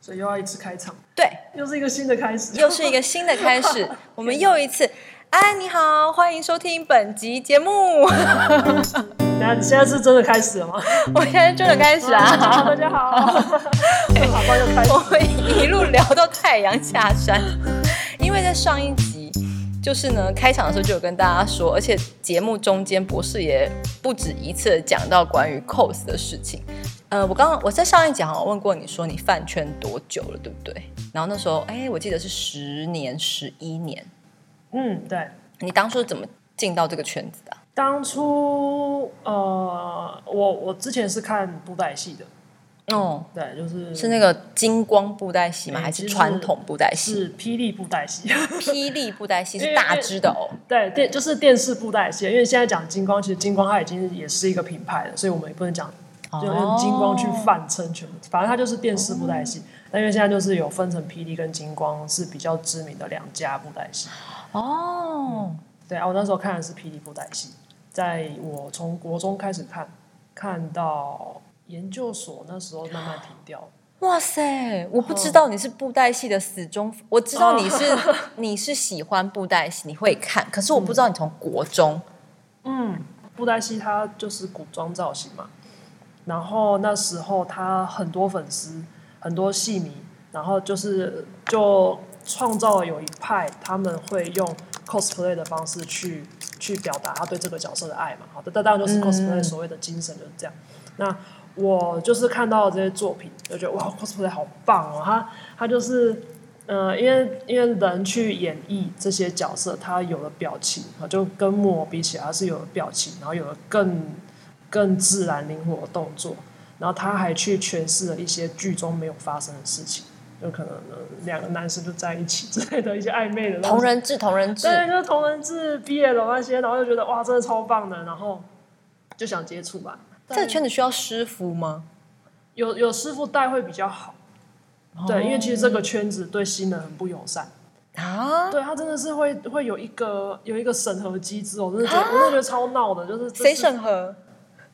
所以又要一次开场，对，又是一个新的开始，又是一个新的开始，我们又一次。哎，你好，欢迎收听本集节目。等下你现在是真的开始了吗？我现在真的开始啊， 大家好，喇叭又开始我，们一路聊到太阳下山，因为在上一集。就是呢，开场的时候就有跟大家说，而且节目中间博士也不止一次地讲到关于 cos 的事情。呃，我刚刚我在上一集好像问过你说你饭圈多久了，对不对？然后那时候，哎，我记得是十年、十一年。嗯，对，你当初是怎么进到这个圈子的啊、当初呃，我我之前是看布袋戏的，哦，对，就是是那个金光布袋戏吗？嗯还是其实传统布袋戏？是霹雳布袋戏，霹雳布袋戏因是为大只的哦。对电就是电视布袋戏，因为现在讲金光，其实金光它已经也是一个品牌了，所以我们也不能讲就用金光去哦泛称全部，反正它就是电视布袋戏。那因为现在就是有分成霹雳跟金光是比较知名的两家布袋戏。哦，对啊，我那时候看的是霹雳布袋戏，在我从国中开始看，看到研究所那时候慢慢停掉。哇塞！我不知嗯道你是布袋戏的死忠，我知道你是哦 你是喜欢布袋戏，你会看，可是我不知道你从国中嗯，布袋戏它就是古装造型嘛，然后那时候他很多粉丝，很多戏迷，然后就是就创造了有一派他们会用 cosplay 的方式去去表达他对这个角色的爱嘛，好的，这当然就是 cosplay 所谓的精神就是这样。那我就是看到这些作品，就觉得哇，cosplay 好棒哦！他他就是，呃，因为因为人去演绎这些角色，他有了表情，啊，就跟木偶比起来，他是有了表情，然后有了更更自然灵活的动作，然后他还去诠释了一些剧中没有发生的事情，就可能呃两个男生就在一起之类的一些暧昧的东同西。人志，同人志嗯对，就是同人志、毕业楼那些，然后就觉得哇，真的超棒的，然后就想接触吧。这个圈子需要师傅吗？有有师傅带会比较好，对，因为其实这个圈子对新人很不友善，啊，对他真的是会会有一个有一个审核机制，哦我真的觉得我真的觉得超闹的，就是啊谁？就是审核？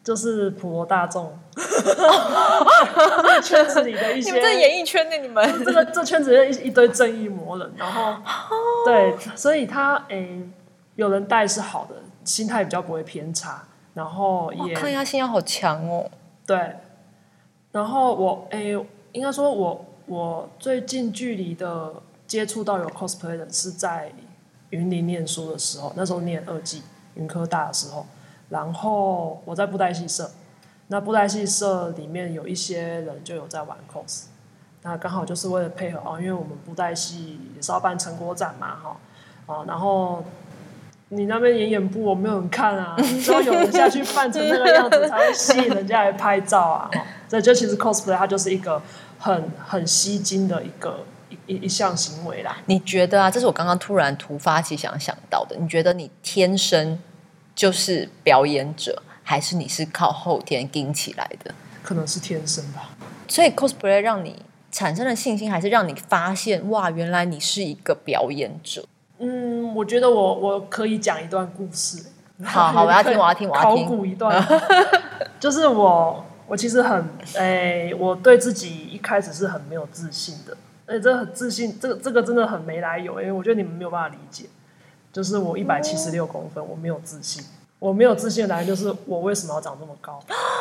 就是普罗大 众， 就是圈子里的一你些们这演艺圈的 你们这个这圈子有一一堆正义魔人，然后对，所以他诶、有人带是好的，心态比较不会偏差，然后哇，也抗压性要好强哦。对，然后我诶、应该说我我最近距离的接触到有 cosplay 的是在云林念书的时候，那时候念二技云科大的时候，呃然后我在布袋戏社，那布袋戏社里面有一些人就有在玩 cos，那刚好就是为了配合哦，因为我们布袋戏也是要办成果展嘛，哈、哦，然后。你那边演演部，我没有人看啊，只有有人下去扮成那个样子，才会吸引人家来拍照啊。哦所以就其实 cosplay 它就是一个很很吸睛的一个一一一项行为啦。你觉得啊？这是我刚刚突然突发奇想想到的。你觉得你天生就是表演者，还是你是靠后天盯起来的？可能是天生吧。所以 cosplay 让你产生了信心，还是让你发现哇，原来你是一个表演者？嗯，我觉得我我可以讲一段故事。好好 我要听我要听我要听考古一段， 就是我我其实很诶、我对自己一开始是很没有自信的，而且这很自信，这个这个真的很没来由，因为我觉得你们没有办法理解。就是我一百七十六公分，我没有自信，我没有自信的来源就是我为什么要长这么高？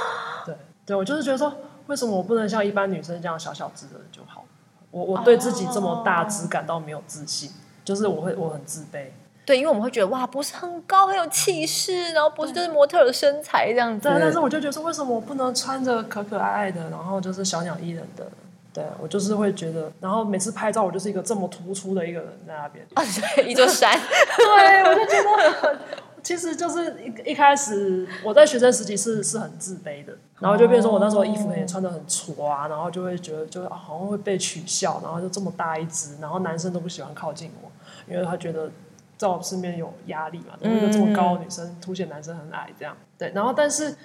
对对，我就是觉得说，为什么我不能像一般女生这样小小只的就好？我我对自己这么大只感到没有自信，就是我会我很自卑。对，因为我们会觉得哇，博士很高，很有气势，然后博士就是模特儿的身材这样子对，。但是我就觉得说，为什么我不能穿着可可爱爱的，然后就是小鸟依人的？对我就是会觉得，然后每次拍照，我就是一个这么突出的一个人在那边。啊，对，一座山。对，我就觉得很，其实就是一一开始我在学生时期是是很自卑的，然后就变成说我那时候衣服可能也穿的很挫啊，然后就会觉得就是、啊好像会被取笑，然后就这么大一只，然后男生都不喜欢靠近我，因为他觉得在我身边有压力嘛，怎么一个这么高的女生凸显男生很矮这样。对，然后但是。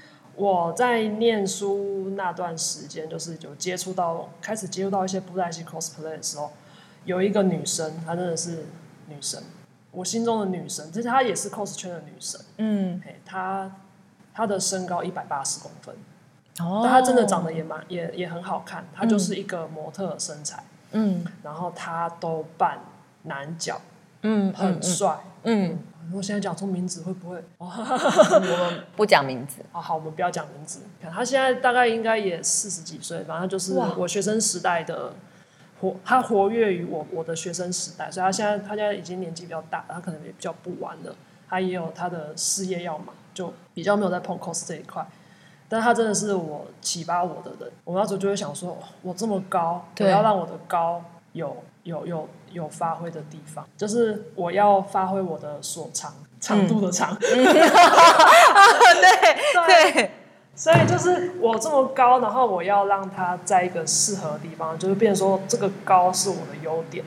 我在念书那段时间，就是有接触到开始接触到一些布袋戏 cosplay 的时候，有一个女生，她真的是女神，我心中的女神，其实她也是 cos 圈的女神。嗯，嘿，她她的身高一百八十公分，哦但她真的长得也蛮也也很好看，她就是一个模特儿身材，嗯然后她都扮男角，嗯很帅。嗯，我现在讲出名字会不会？嗯不讲名字，啊，好，我们不要讲名字。他现在大概应该也四十几岁，反正就是哇我学生时代的活，他活跃于我我的学生时代，所以他现在他现在已经年纪比较大，他可能也比较不玩了，他也有他的事业要忙，就比较没有在碰 cos 这一块。但他真的是我启发我的人，我那时候就会想说，哦我这么高，我对要让我的高有有有有发挥的地方，就是我要发挥我的所长长度的 长，嗯对对，所以就是我这么高，然后我要让它在一个适合的地方，就是变成说这个高是我的优点，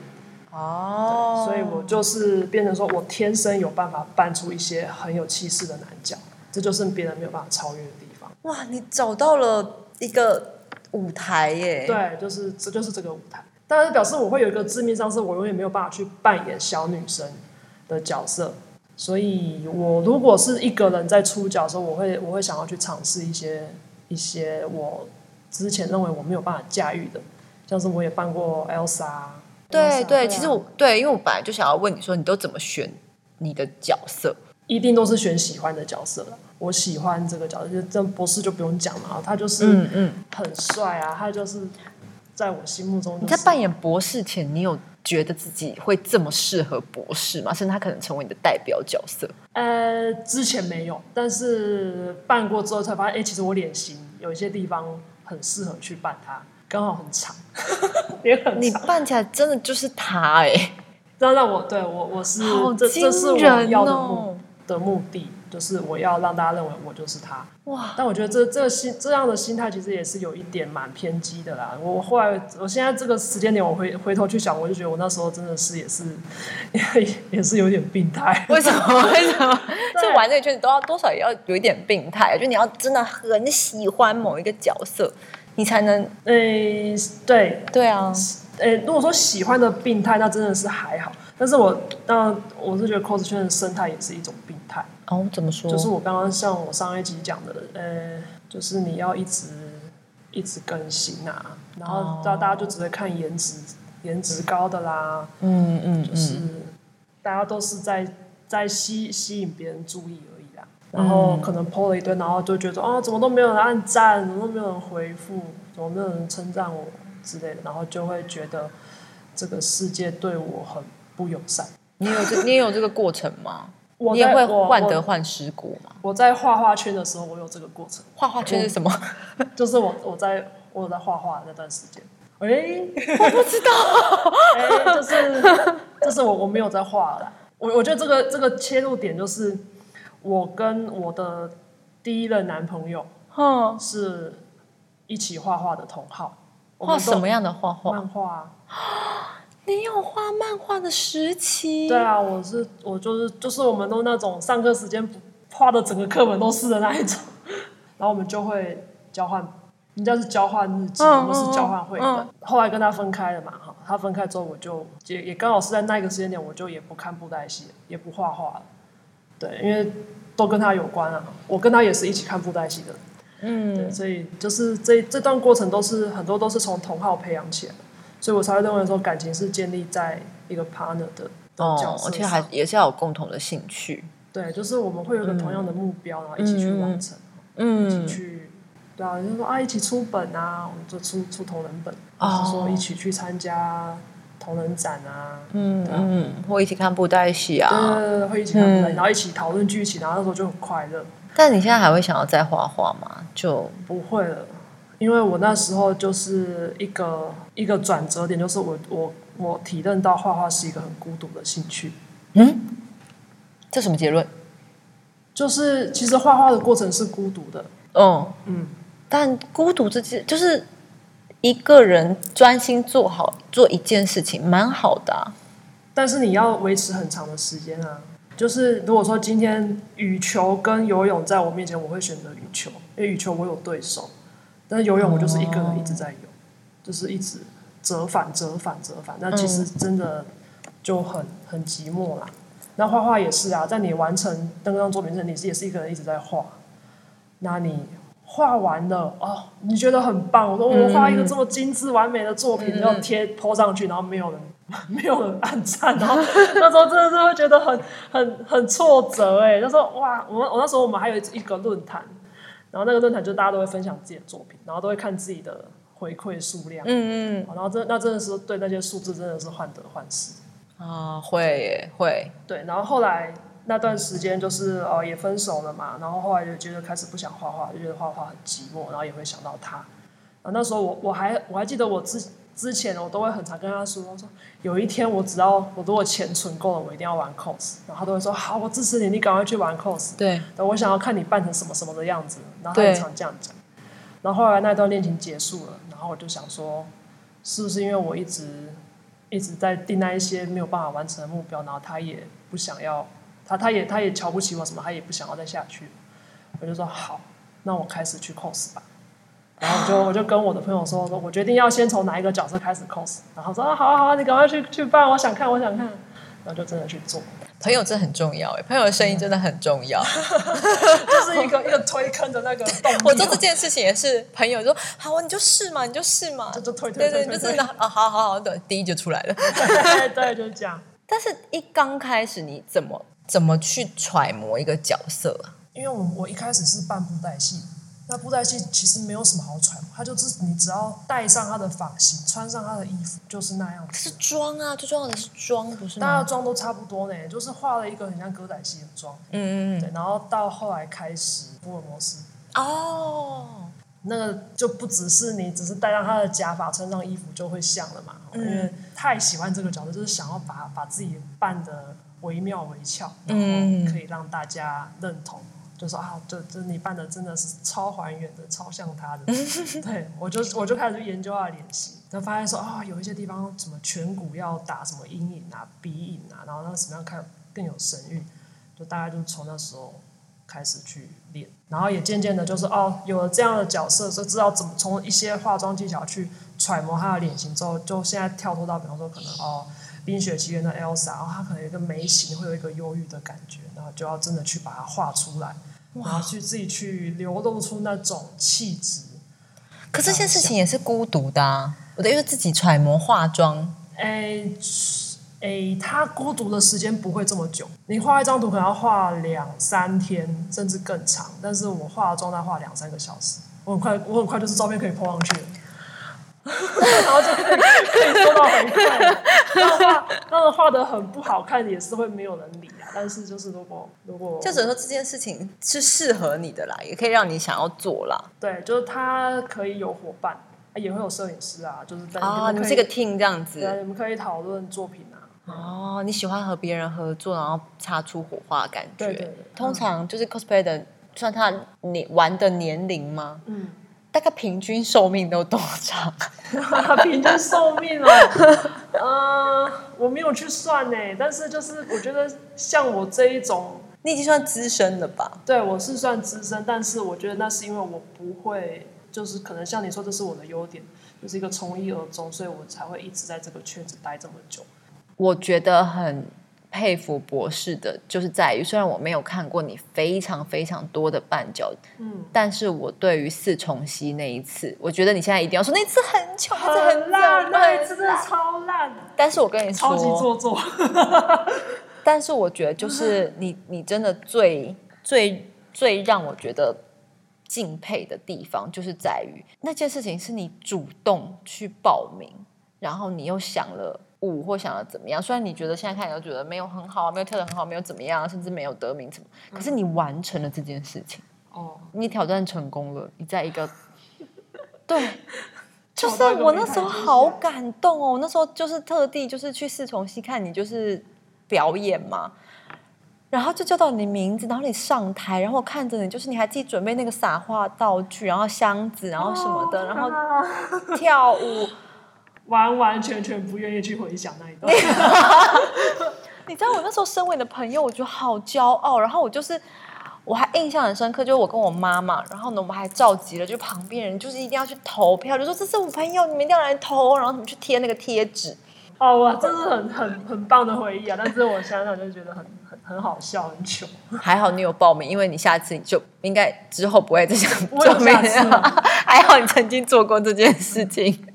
哦，所以我就是变成说我天生有办法扮出一些很有气势的男角，这就是别人没有办法超越的地方。哇，你找到了一个舞台耶，，对，就是这就是这个舞台。当然表示我会有一个致命伤，是我永远没有办法去扮演小女生的角色。所以我如果是一个人在出角的时候，我会我会想要去尝试一些一些我之前认为我没有办法驾驭的，像是我也扮过 Elsa 啊。对 Elsa，对，啊其实我对，因为我本来就想要问你说，你都怎么选你的角色？一定都是选喜欢的角色啦我喜欢这个角色，就这博士就不用讲了啊，他就是嗯嗯，很帅啊，他就是在我心目中、就你是。在扮演博士前，你有觉得自己会这么适合博士吗？甚至他可能成为你的代表角色？呃，之前没有，但是办过之后才发现，哎、其实我脸型有一些地方很适合去办它，刚好很长， 也很你长，扮起来真的就是他哎，这让我对我我是 好嗯这惊这是我人要的目哦！的目的，就是我要让大家认为我就是他。哇，但我觉得这这心这样的心态其实也是有一点蛮偏激的啦。我后来我现在这个时间点，我回回头去想，我就觉得我那时候真的是也是 也也是有点病态。为什么？ 为什 么？对就玩这个圈子都要多少也要有一点病态，啊就你要真的很喜欢某一个角色，你才能诶、对，对啊，诶，如果说喜欢的病态，那真的是还好。但是我那我是觉得 cos 圈的生态也是一种病态，哦，怎么说？就是我刚刚像我上一集讲的，呃，就是你要一直一直更新啊，然后大哦大家就只会看颜值，颜值高的啦，嗯嗯就嗯，是大家都是在在吸吸引别人注意而已啦。嗯然后可能 PO 了一堆，然后就觉得哦，怎么都没有人按赞，怎么都没有人回复，怎么没有人称赞我之类的，然后就会觉得这个世界对我很不友善。你有这你也有这个过程吗？我你也在会我患得我患失过吗？我在画画圈的时候，我有这个过程，画画圈是什么？ 就是我我在我有在画画的那段时间，哎、 我不知道，哎、就是就是我我没有在画了啦。我我觉得这个这个切入点就是我跟我的第一任男朋友 嗯，是一起画画的同好，我们画都什么样的画画？漫画啊？你有画漫画的时期？对啊，我是我就是就是我们都那种上课时间不画的整个课本都是的那一种， 然后我们就会交换，人家是交换日记，嗯我们是交换绘嗯本。后来跟他分开了嘛，哈，他分开之后，我就也也刚好是在那个时间点，我就也不看布袋戏，也不画画了，对，因为都跟他有关啊，我跟他也是一起看布袋戏的，嗯，所以就是这这段过程都是很多都是从同好培养起来的，所以我才会认为说感情是建立在一个 partner 的。的角哦，色而且上还也是要有共同的兴趣。对，就是我们会有一个同样的目标，然后一起去完成，嗯一起去，对啊，就是说啊，一起出本啊，我们就出出同人本，哦或者说一起去参加同人展啊，嗯对啊嗯，或一起看布袋戏啊。对对对，会一起看同人嗯然后一起讨论剧情，然后那时候就很快乐。但你现在还会想要再画画吗？就不会了，因为我那时候就是一个一个转折点，就是我我我体认到画画是一个很孤独的兴趣。嗯，这什么结论？就是其实画画的过程是孤独的，嗯，嗯，但孤独这件就是一个人专心做好做一件事情，蛮好的啊、但是你要维持很长的时间啊。就是如果说今天羽球跟游泳在我面前，我会选择羽球，因为羽球我有对手，但是游泳我就是一个人一直在游，就是一直折返、折返、折返。那其实真的就很很寂寞啦。那画画也是啊，在你完成那张作品之前，你是也是一个人一直在画，那你画完了哦，你觉得很棒。我说哦我画一个这么精致完美的作品，然后贴 po 上去，然后没有人没有人按赞，然后那时候真的是会觉得很 很很挫折哎、那时候哇，我们我那时候我们还有一个论坛，然后那个论坛就大家都会分享自己的作品，然后都会看自己的回馈数量，哦嗯嗯然后这那真的是对那些数字真的是患得患失。啊，会耶会，对，然后后来那段时间就是呃也分手了嘛，然后后来就觉得开始不想画画，就觉得画画很寂寞，然后也会想到他。啊，那时候我我还我还记得我之之前我都会很常跟他说，我说有一天我只要我如果钱存够了，我一定要玩 cos，然后他都会说好，我支持你，你赶快去玩 cos，对，对我想要看你扮成什么什么的样子，然后他也对常这样讲。然后后来那段恋情结束了，然后我就想说，是不是因为我一直一直在定那一些没有办法完成的目标，然后他也不想要，他他也他也瞧不起我什么，他也不想要再下去。我就说好，那我开始去 cos 吧。然后我就我就跟我的朋友说，说我决定要先从哪一个角色开始 cos。然后说啊好啊好啊，你赶快去去办，我想看我想看。然后就真的去做，朋友真的很重要哎，朋友的声音真的很重要。就是一个一个推坑的那个动力。 我做这件事情也是朋友说好啊，你就试嘛，你就试嘛，就就推推推对对，推就推真的啊，好好好，对，第一就出来了。对对，就是这样。但是，一刚开始你怎么怎么去揣摩一个角色啊？ 因为我我一开始是扮布袋戏，那布袋戏其实没有什么好揣摩，它就是你只要戴上它的发型，穿上它的衣服，就是那样可是子。妆啊，最重要的是妆，不是大家的吗？妆都差不多呢，就是画了一个很像歌仔戏的妆，嗯嗯对，然后到后来开始福尔摩斯，嗯，哦，那个就不只是你只是戴上他的假发，穿上衣服就会像了嘛，嗯因为太喜欢这个角色，就是想要把把自己扮的惟妙惟肖，然嗯后可以让大家认同，就说啊，这这你扮的真的是超还原的，超像他的。对我就我就开始去研究他的脸型，然后发现说啊、有一些地方什么颧骨要打什么阴影啊、鼻影啊，然后让什么样看更有神韵，就大概就从那时候开始去练，然后也渐渐的，就是哦，有了这样的角色，就知道怎么从一些化妆技巧去揣摩她的脸型之后，就现在跳脱到，比方说可能哦，《冰雪奇缘》的 Elsa，哦，她可能有一个眉形会有一个忧郁的感觉，然后就要真的去把它画出来，然后去自己去流露出那种气质。可是这件事情也是孤独的、啊，我的意思是自己揣摩化妆，哎哎，她孤独的时间不会这么久，你画一张图可能要画两三天，甚至更长。但是我化妆大概画两三个小时，我很快，我很快就是照片可以 po 上去了。然后就可以可以收到回馈了，那画那画的很不好看也是会没有人理啊。但是就是如果如果就只能说这件事情是适合你的啦，也可以让你想要做啦。对，就是他可以有伙伴，啊也会有摄影师啊，就是在啊，你们可是以一个 team 这样对啊，子。你们可以讨论作品啊。哦，你喜欢和别人合作，然后擦出火花的感觉。对对对通常就是 cosplay 的，算他年玩的年龄吗？嗯，大概平均寿命都多长？ 平均寿命哦，呃，我没有去算呢，但是就是我觉得像我这一种，你已经算资深了吧？对我是算资深，但是我觉得那是因为我不会，就是可能像你说，这是我的优点，就是一个从一而终，所以我才会一直在这个圈子待这么久。我觉得很佩服博士的，就是在于虽然我没有看过你非常非常多的绊脚，嗯，但是我对于四重溪那一次，我觉得你现在一定要说那一次很糗，那啊次很 烂，糟那一次很真的超烂，但是我跟你超级说，做 作。但是我觉得就是你，你真的最最最让我觉得敬佩的地方，就是在于那件事情是你主动去报名，然后你又想了。舞或想了怎么样？虽然你觉得现在看你都觉得没有很好啊，没有跳得很好，没有怎么样啊，甚至没有得名什么，可是你完成了这件事情。哦，你挑战成功了，你在 一个对，就找是到一个我平那台时候就是好感动哦，我那时候就是特地就是去四重溪看你就是表演嘛。然后就叫到你的名字，然后你上台，然后我看着你，就是你还自己准备那个撒花道具，然后箱子，然后什么哦的，然啊后后跳舞，完完全全不愿意去回想那一段。你知道我那时候身为你的朋友，我觉得好骄傲。然后我就是，我还印象很深刻，就是我跟我妈妈，然后呢，我们还召集了，就旁边人就是一定要去投票，就说这是我朋友，你们一定要来投，然后你们去贴那个贴纸。哦，我这是很很很棒的回忆啊！但是我想想就觉得很很很好笑，很糗。还好你有报名，因为你下次你就应该之后不会再想我有做美下次啊了吗。还好你曾经做过这件事情。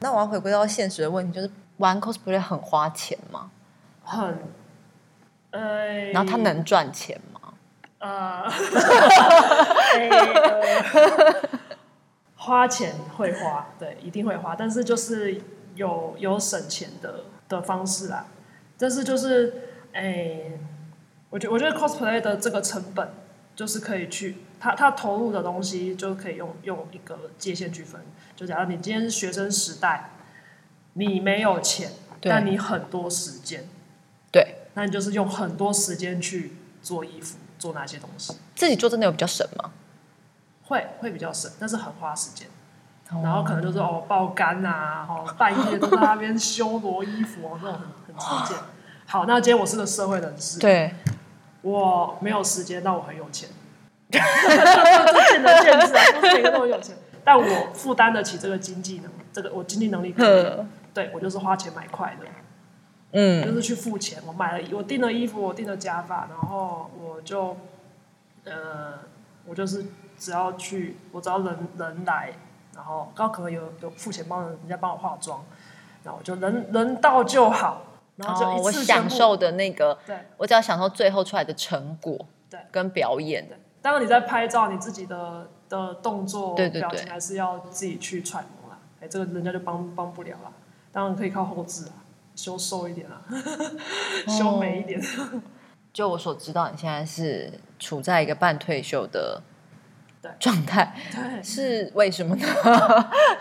那我要回归到现实的问题，就是玩 cosplay 很花钱吗？ 很，呃，然后它能赚钱吗？呃，哎呃花钱会花，对，一定会花，但是就是有有省钱的的方式啦。但是就是，哎、我觉我觉得 cosplay 的这个成本就是可以去，他他投入的东西就可以用用一个界限区分。就假如你今天是学生时代，你没有钱，对但你很多时间，对那你就是用很多时间去做衣服，做那些东西。自己做真的有比较省吗？会会比较省，但是很花时间。然后可能就是哦爆肝啊，哦半夜都在那边修罗衣服哦，这种很很常见。好，那今天我是个社会人士，对，我没有时间，但我很有钱。这见仁见智啊，不是每个都很有钱，但我负担得起这个经济能，这个我经济能力可以。嗯对我就是花钱买快乐。就 嗯，是去付钱。我买了，我订了衣服，我订了假发，然后我就，呃，我就是只要去，我只要人人来，然后刚好可能有有付钱帮人家帮我化妆，然后我就人人到就好，然后就一哦次、，我享受。的那个，对我只要享受最后出来的成果，对跟表演，对，当然你在拍照，你自己的的动作、对对表对情还是要自己去揣摩啦。哎，这个人家就帮帮不了啦。当然可以靠后置啊，修瘦一点啊， 修哦美一点。 就我所知道，你现在是处在一个半退休的对状态， 对，是为什么呢？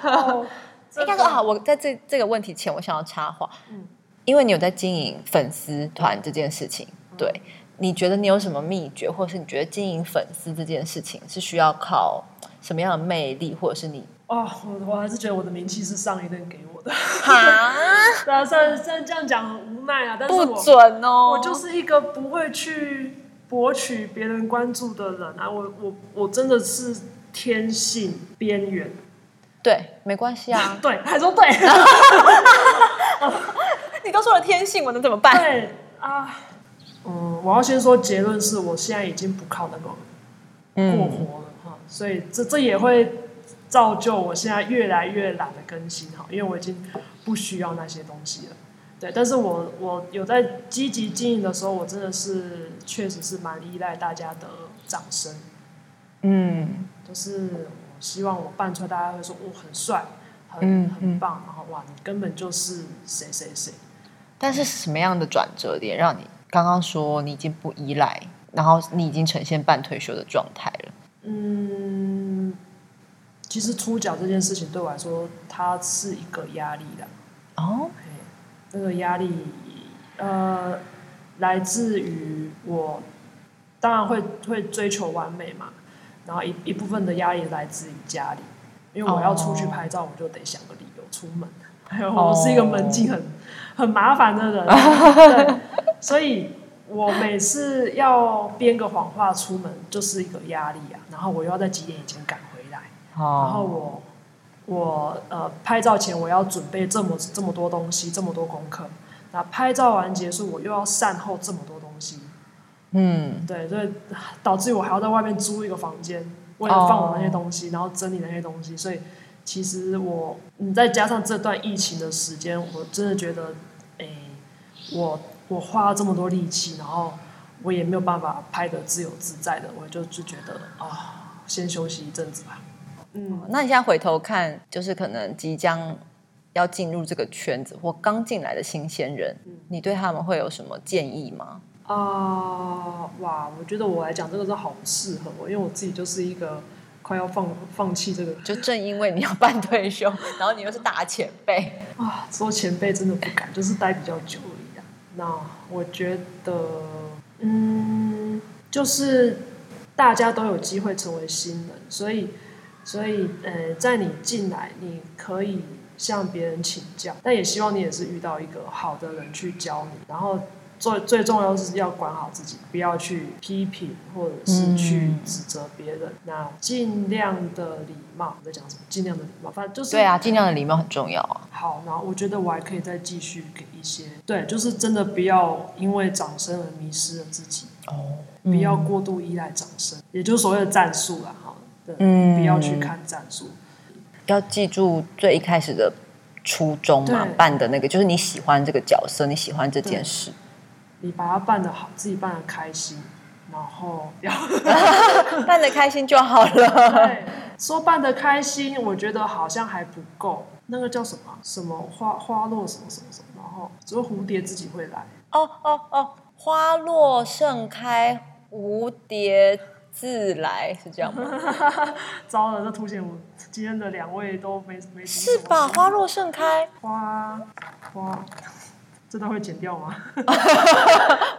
哦这应该个说啊，我在这这个问题前，我想要插话，嗯因为你有在经营粉丝团这件事情，嗯对，你觉得你有什么秘诀，或者是你觉得经营粉丝这件事情是需要靠什么样的魅力，或者是你哦，我我还是觉得我的名气是上一任给我的。 哈对啊，虽然虽然这样讲很无奈啊，但是不我准哦，我就是一个不会去博取别人关注的人啊，我我我真的是天性边缘。，对，没关系啊 对，还说对，你都说了天性，我能怎么办？对啊。嗯，我要先说结论是我现在已经不靠那个过嗯，活了哈、所以这这也会造就我现在越来越懒得更新哈，因为我已经不需要那些东西了。对，但是我我有在积极经营的时候，我真的是确实是蛮依赖大家的掌声，嗯，就是我希望我扮出来，大家会说我、哦、很帅，很嗯很棒，然后哇，你根本就是谁谁谁。但是是什么样的转折点让你刚刚说你已经不依赖，然后你已经呈现半退休的状态了？嗯，其实出脚这件事情对我来说，它是一个压力的。哦，嘿那个压力，呃，来自于我，当然会会追求完美嘛，然后一一部分的压力来自于家里，因为我要出去哦拍照，我就得想个理由出门。还有我是一个门禁很很麻烦的人，对，所以我每次要编个谎话出门就是一个压力啊，然后我又要在几点以前赶回来。然后哦，我我呃拍照前我要准备这么这么多东西，这么多功课。那拍照完结束，我又要善后这么多东西，嗯，对，所以导致于我还要在外面租一个房间，为了放我那些东西，然后整理那些东西。所以其实我，你再加上这段疫情的时间，我真的觉得，诶、我我花了这么多力气，然后我也没有办法拍的自由自在的，我就就觉得啊、先休息一阵子吧。嗯，那你现在回头看，就是可能即将要进入这个圈子或刚进来的新鲜人，你对他们会有什么建议吗？啊、哇！我觉得我来讲这个是好不适合哦我，因为我自己就是一个快要放放弃这个就正因为你要半退休，然后你又是大前辈，啊，做前辈真的不敢，就是待比较久而已、啊。那我觉得，嗯，就是大家都有机会成为新人，所以，所以，呃，在你进来，你可以向别人请教，但也希望你也是遇到一个好的人去教你，然后最最重要是要管好自己，不要去批评或者是去嗯指责别人，那尽量的礼貌。我在讲什么？尽量的礼貌，反正就是对啊，尽量的礼貌很重要啊。好，然后我觉得我还可以再继续给一些，对，就是真的不要因为掌声而迷失了自己，哦，不要过度依赖掌声，也就是所谓的战术啦，哈，对，嗯不要去看战术，要记住最一开始的初衷嘛对，办的那个就是你喜欢这个角色，你喜欢这件事。你把它办得好，自己办得开心，然后 不要办的开心就好了。 对，说办得开心，我觉得好像还不够，那个叫什么啊什么花花落什么什么什么，然后只有蝴蝶自己会来，哦哦哦，花落盛开，蝴蝶自来，是这样吗？糟了，这凸显我今天的两位都没没读是什么吧？书花落盛开，花花，这段会剪掉 吗？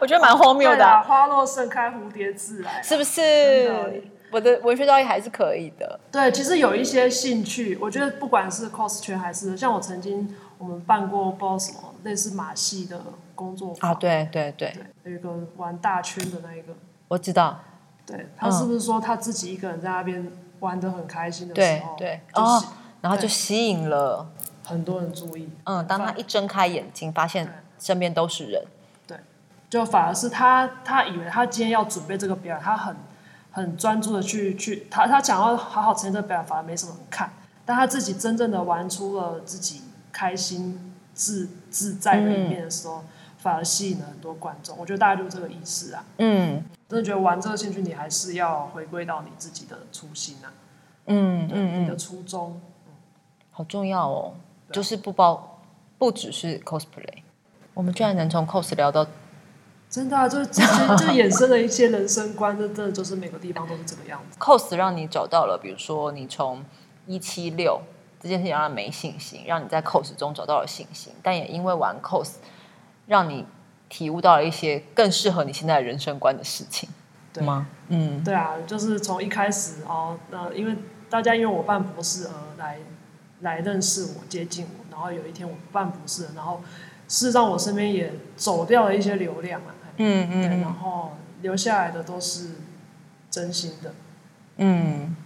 我觉得蛮荒谬对的啦，啊、花落盛开，蝴蝶自来。是不真的是？我的文学造诣还是可以的。对，其实有一些兴趣，我觉得不管是 cos 圈还是像我曾经我们办过不知道什么类似马戏的工作坊啊，，对对对，对，有一个玩大圈的那一个，我知道，对嗯他是不是说他自己一个人在那边玩的很开心的时对候，对就是哦，然后就吸引了，很多人注意，嗯，当他一睁开眼睛，发对现身边都是人，就反而是他他以为他今天要准备这个表演，他很很专注的去去他他想要好好呈现这个表演，反而没什么人看，但他自己真正的玩出了自己开心自自在的一面的时候，反而吸引了很多观众。我觉得大概就是这个意思啊。嗯真的觉得玩这个兴趣，你还是要回归到你自己的初心啊，嗯嗯你的嗯，初衷。好重要哦，就是不包不只是 cosplay，我们居然能从 cos 聊到真的、啊，就是这些，就衍生了一些人生观，这真的就是每个地方都是这个样子。 cos 让你找到了，比如说你从一七六这件事情让他没信心，让你在 cos 中找到了信心，但也因为玩 cos 让你体悟到了一些更适合你现在人生观的事情，对吗？嗯，对啊，就是从一开始哦，那因为大家因为我办博士而来来认识我、接近我，然后有一天我不办博士了，然后事实上我身边也走掉了一些流量啊，嗯对，嗯然后留下来的都是真心的，嗯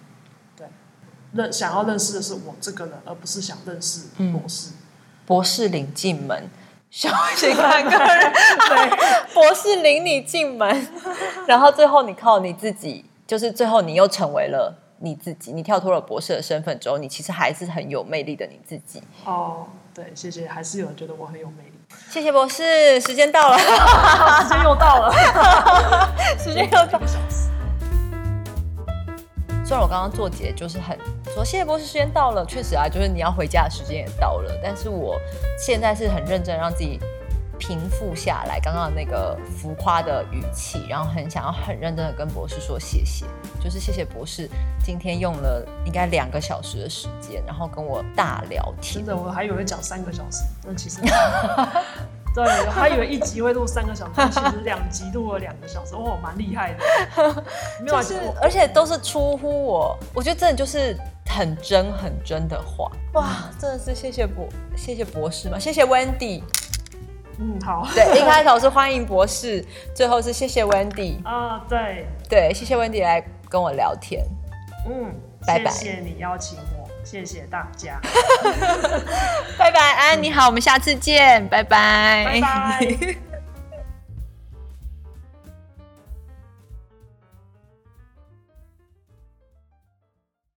认想要认识的是我这个人，而不是想认识博士。 嗯，博士领进门， 小心看个人，博士领你进 门，然后最后你靠你自己，就是最后你又成为了。你自己，你跳脱了博士的身份之后，你其实还是很有魅力的你自己。哦，对，谢谢，还是有人觉得我很有魅力。谢谢博士，时间到了，时间又到了， 时间又到。一个小时。虽然我刚刚做结就是很说谢谢博士，时间到了，确实啊，就是你要回家的时间也到了，但是我现在是很认真让自己平复下来刚刚那个浮夸的语气，然后很想要很认真的跟博士说谢谢，就是谢谢博士今天用了应该两个小时的时间，然后跟我大聊真。天的，我还以为讲三个小时，那其实对，我还以为一集会录三个小时，但其实两集录了两个小时，哇，蛮厉害的。没有就啊，是我，而且都是出乎我，我觉得真的就是很真很真的话，哇，真的是谢谢博，谢谢博士嘛，谢谢 Wendy，嗯，好对，一开头是欢迎博士，最后是谢谢 Wendy，啊，对，对，谢谢 Wendy 来跟我聊天，嗯，拜拜谢谢你邀请我，谢谢大家，拜拜，安安你好，我们下次见，拜拜拜，拜。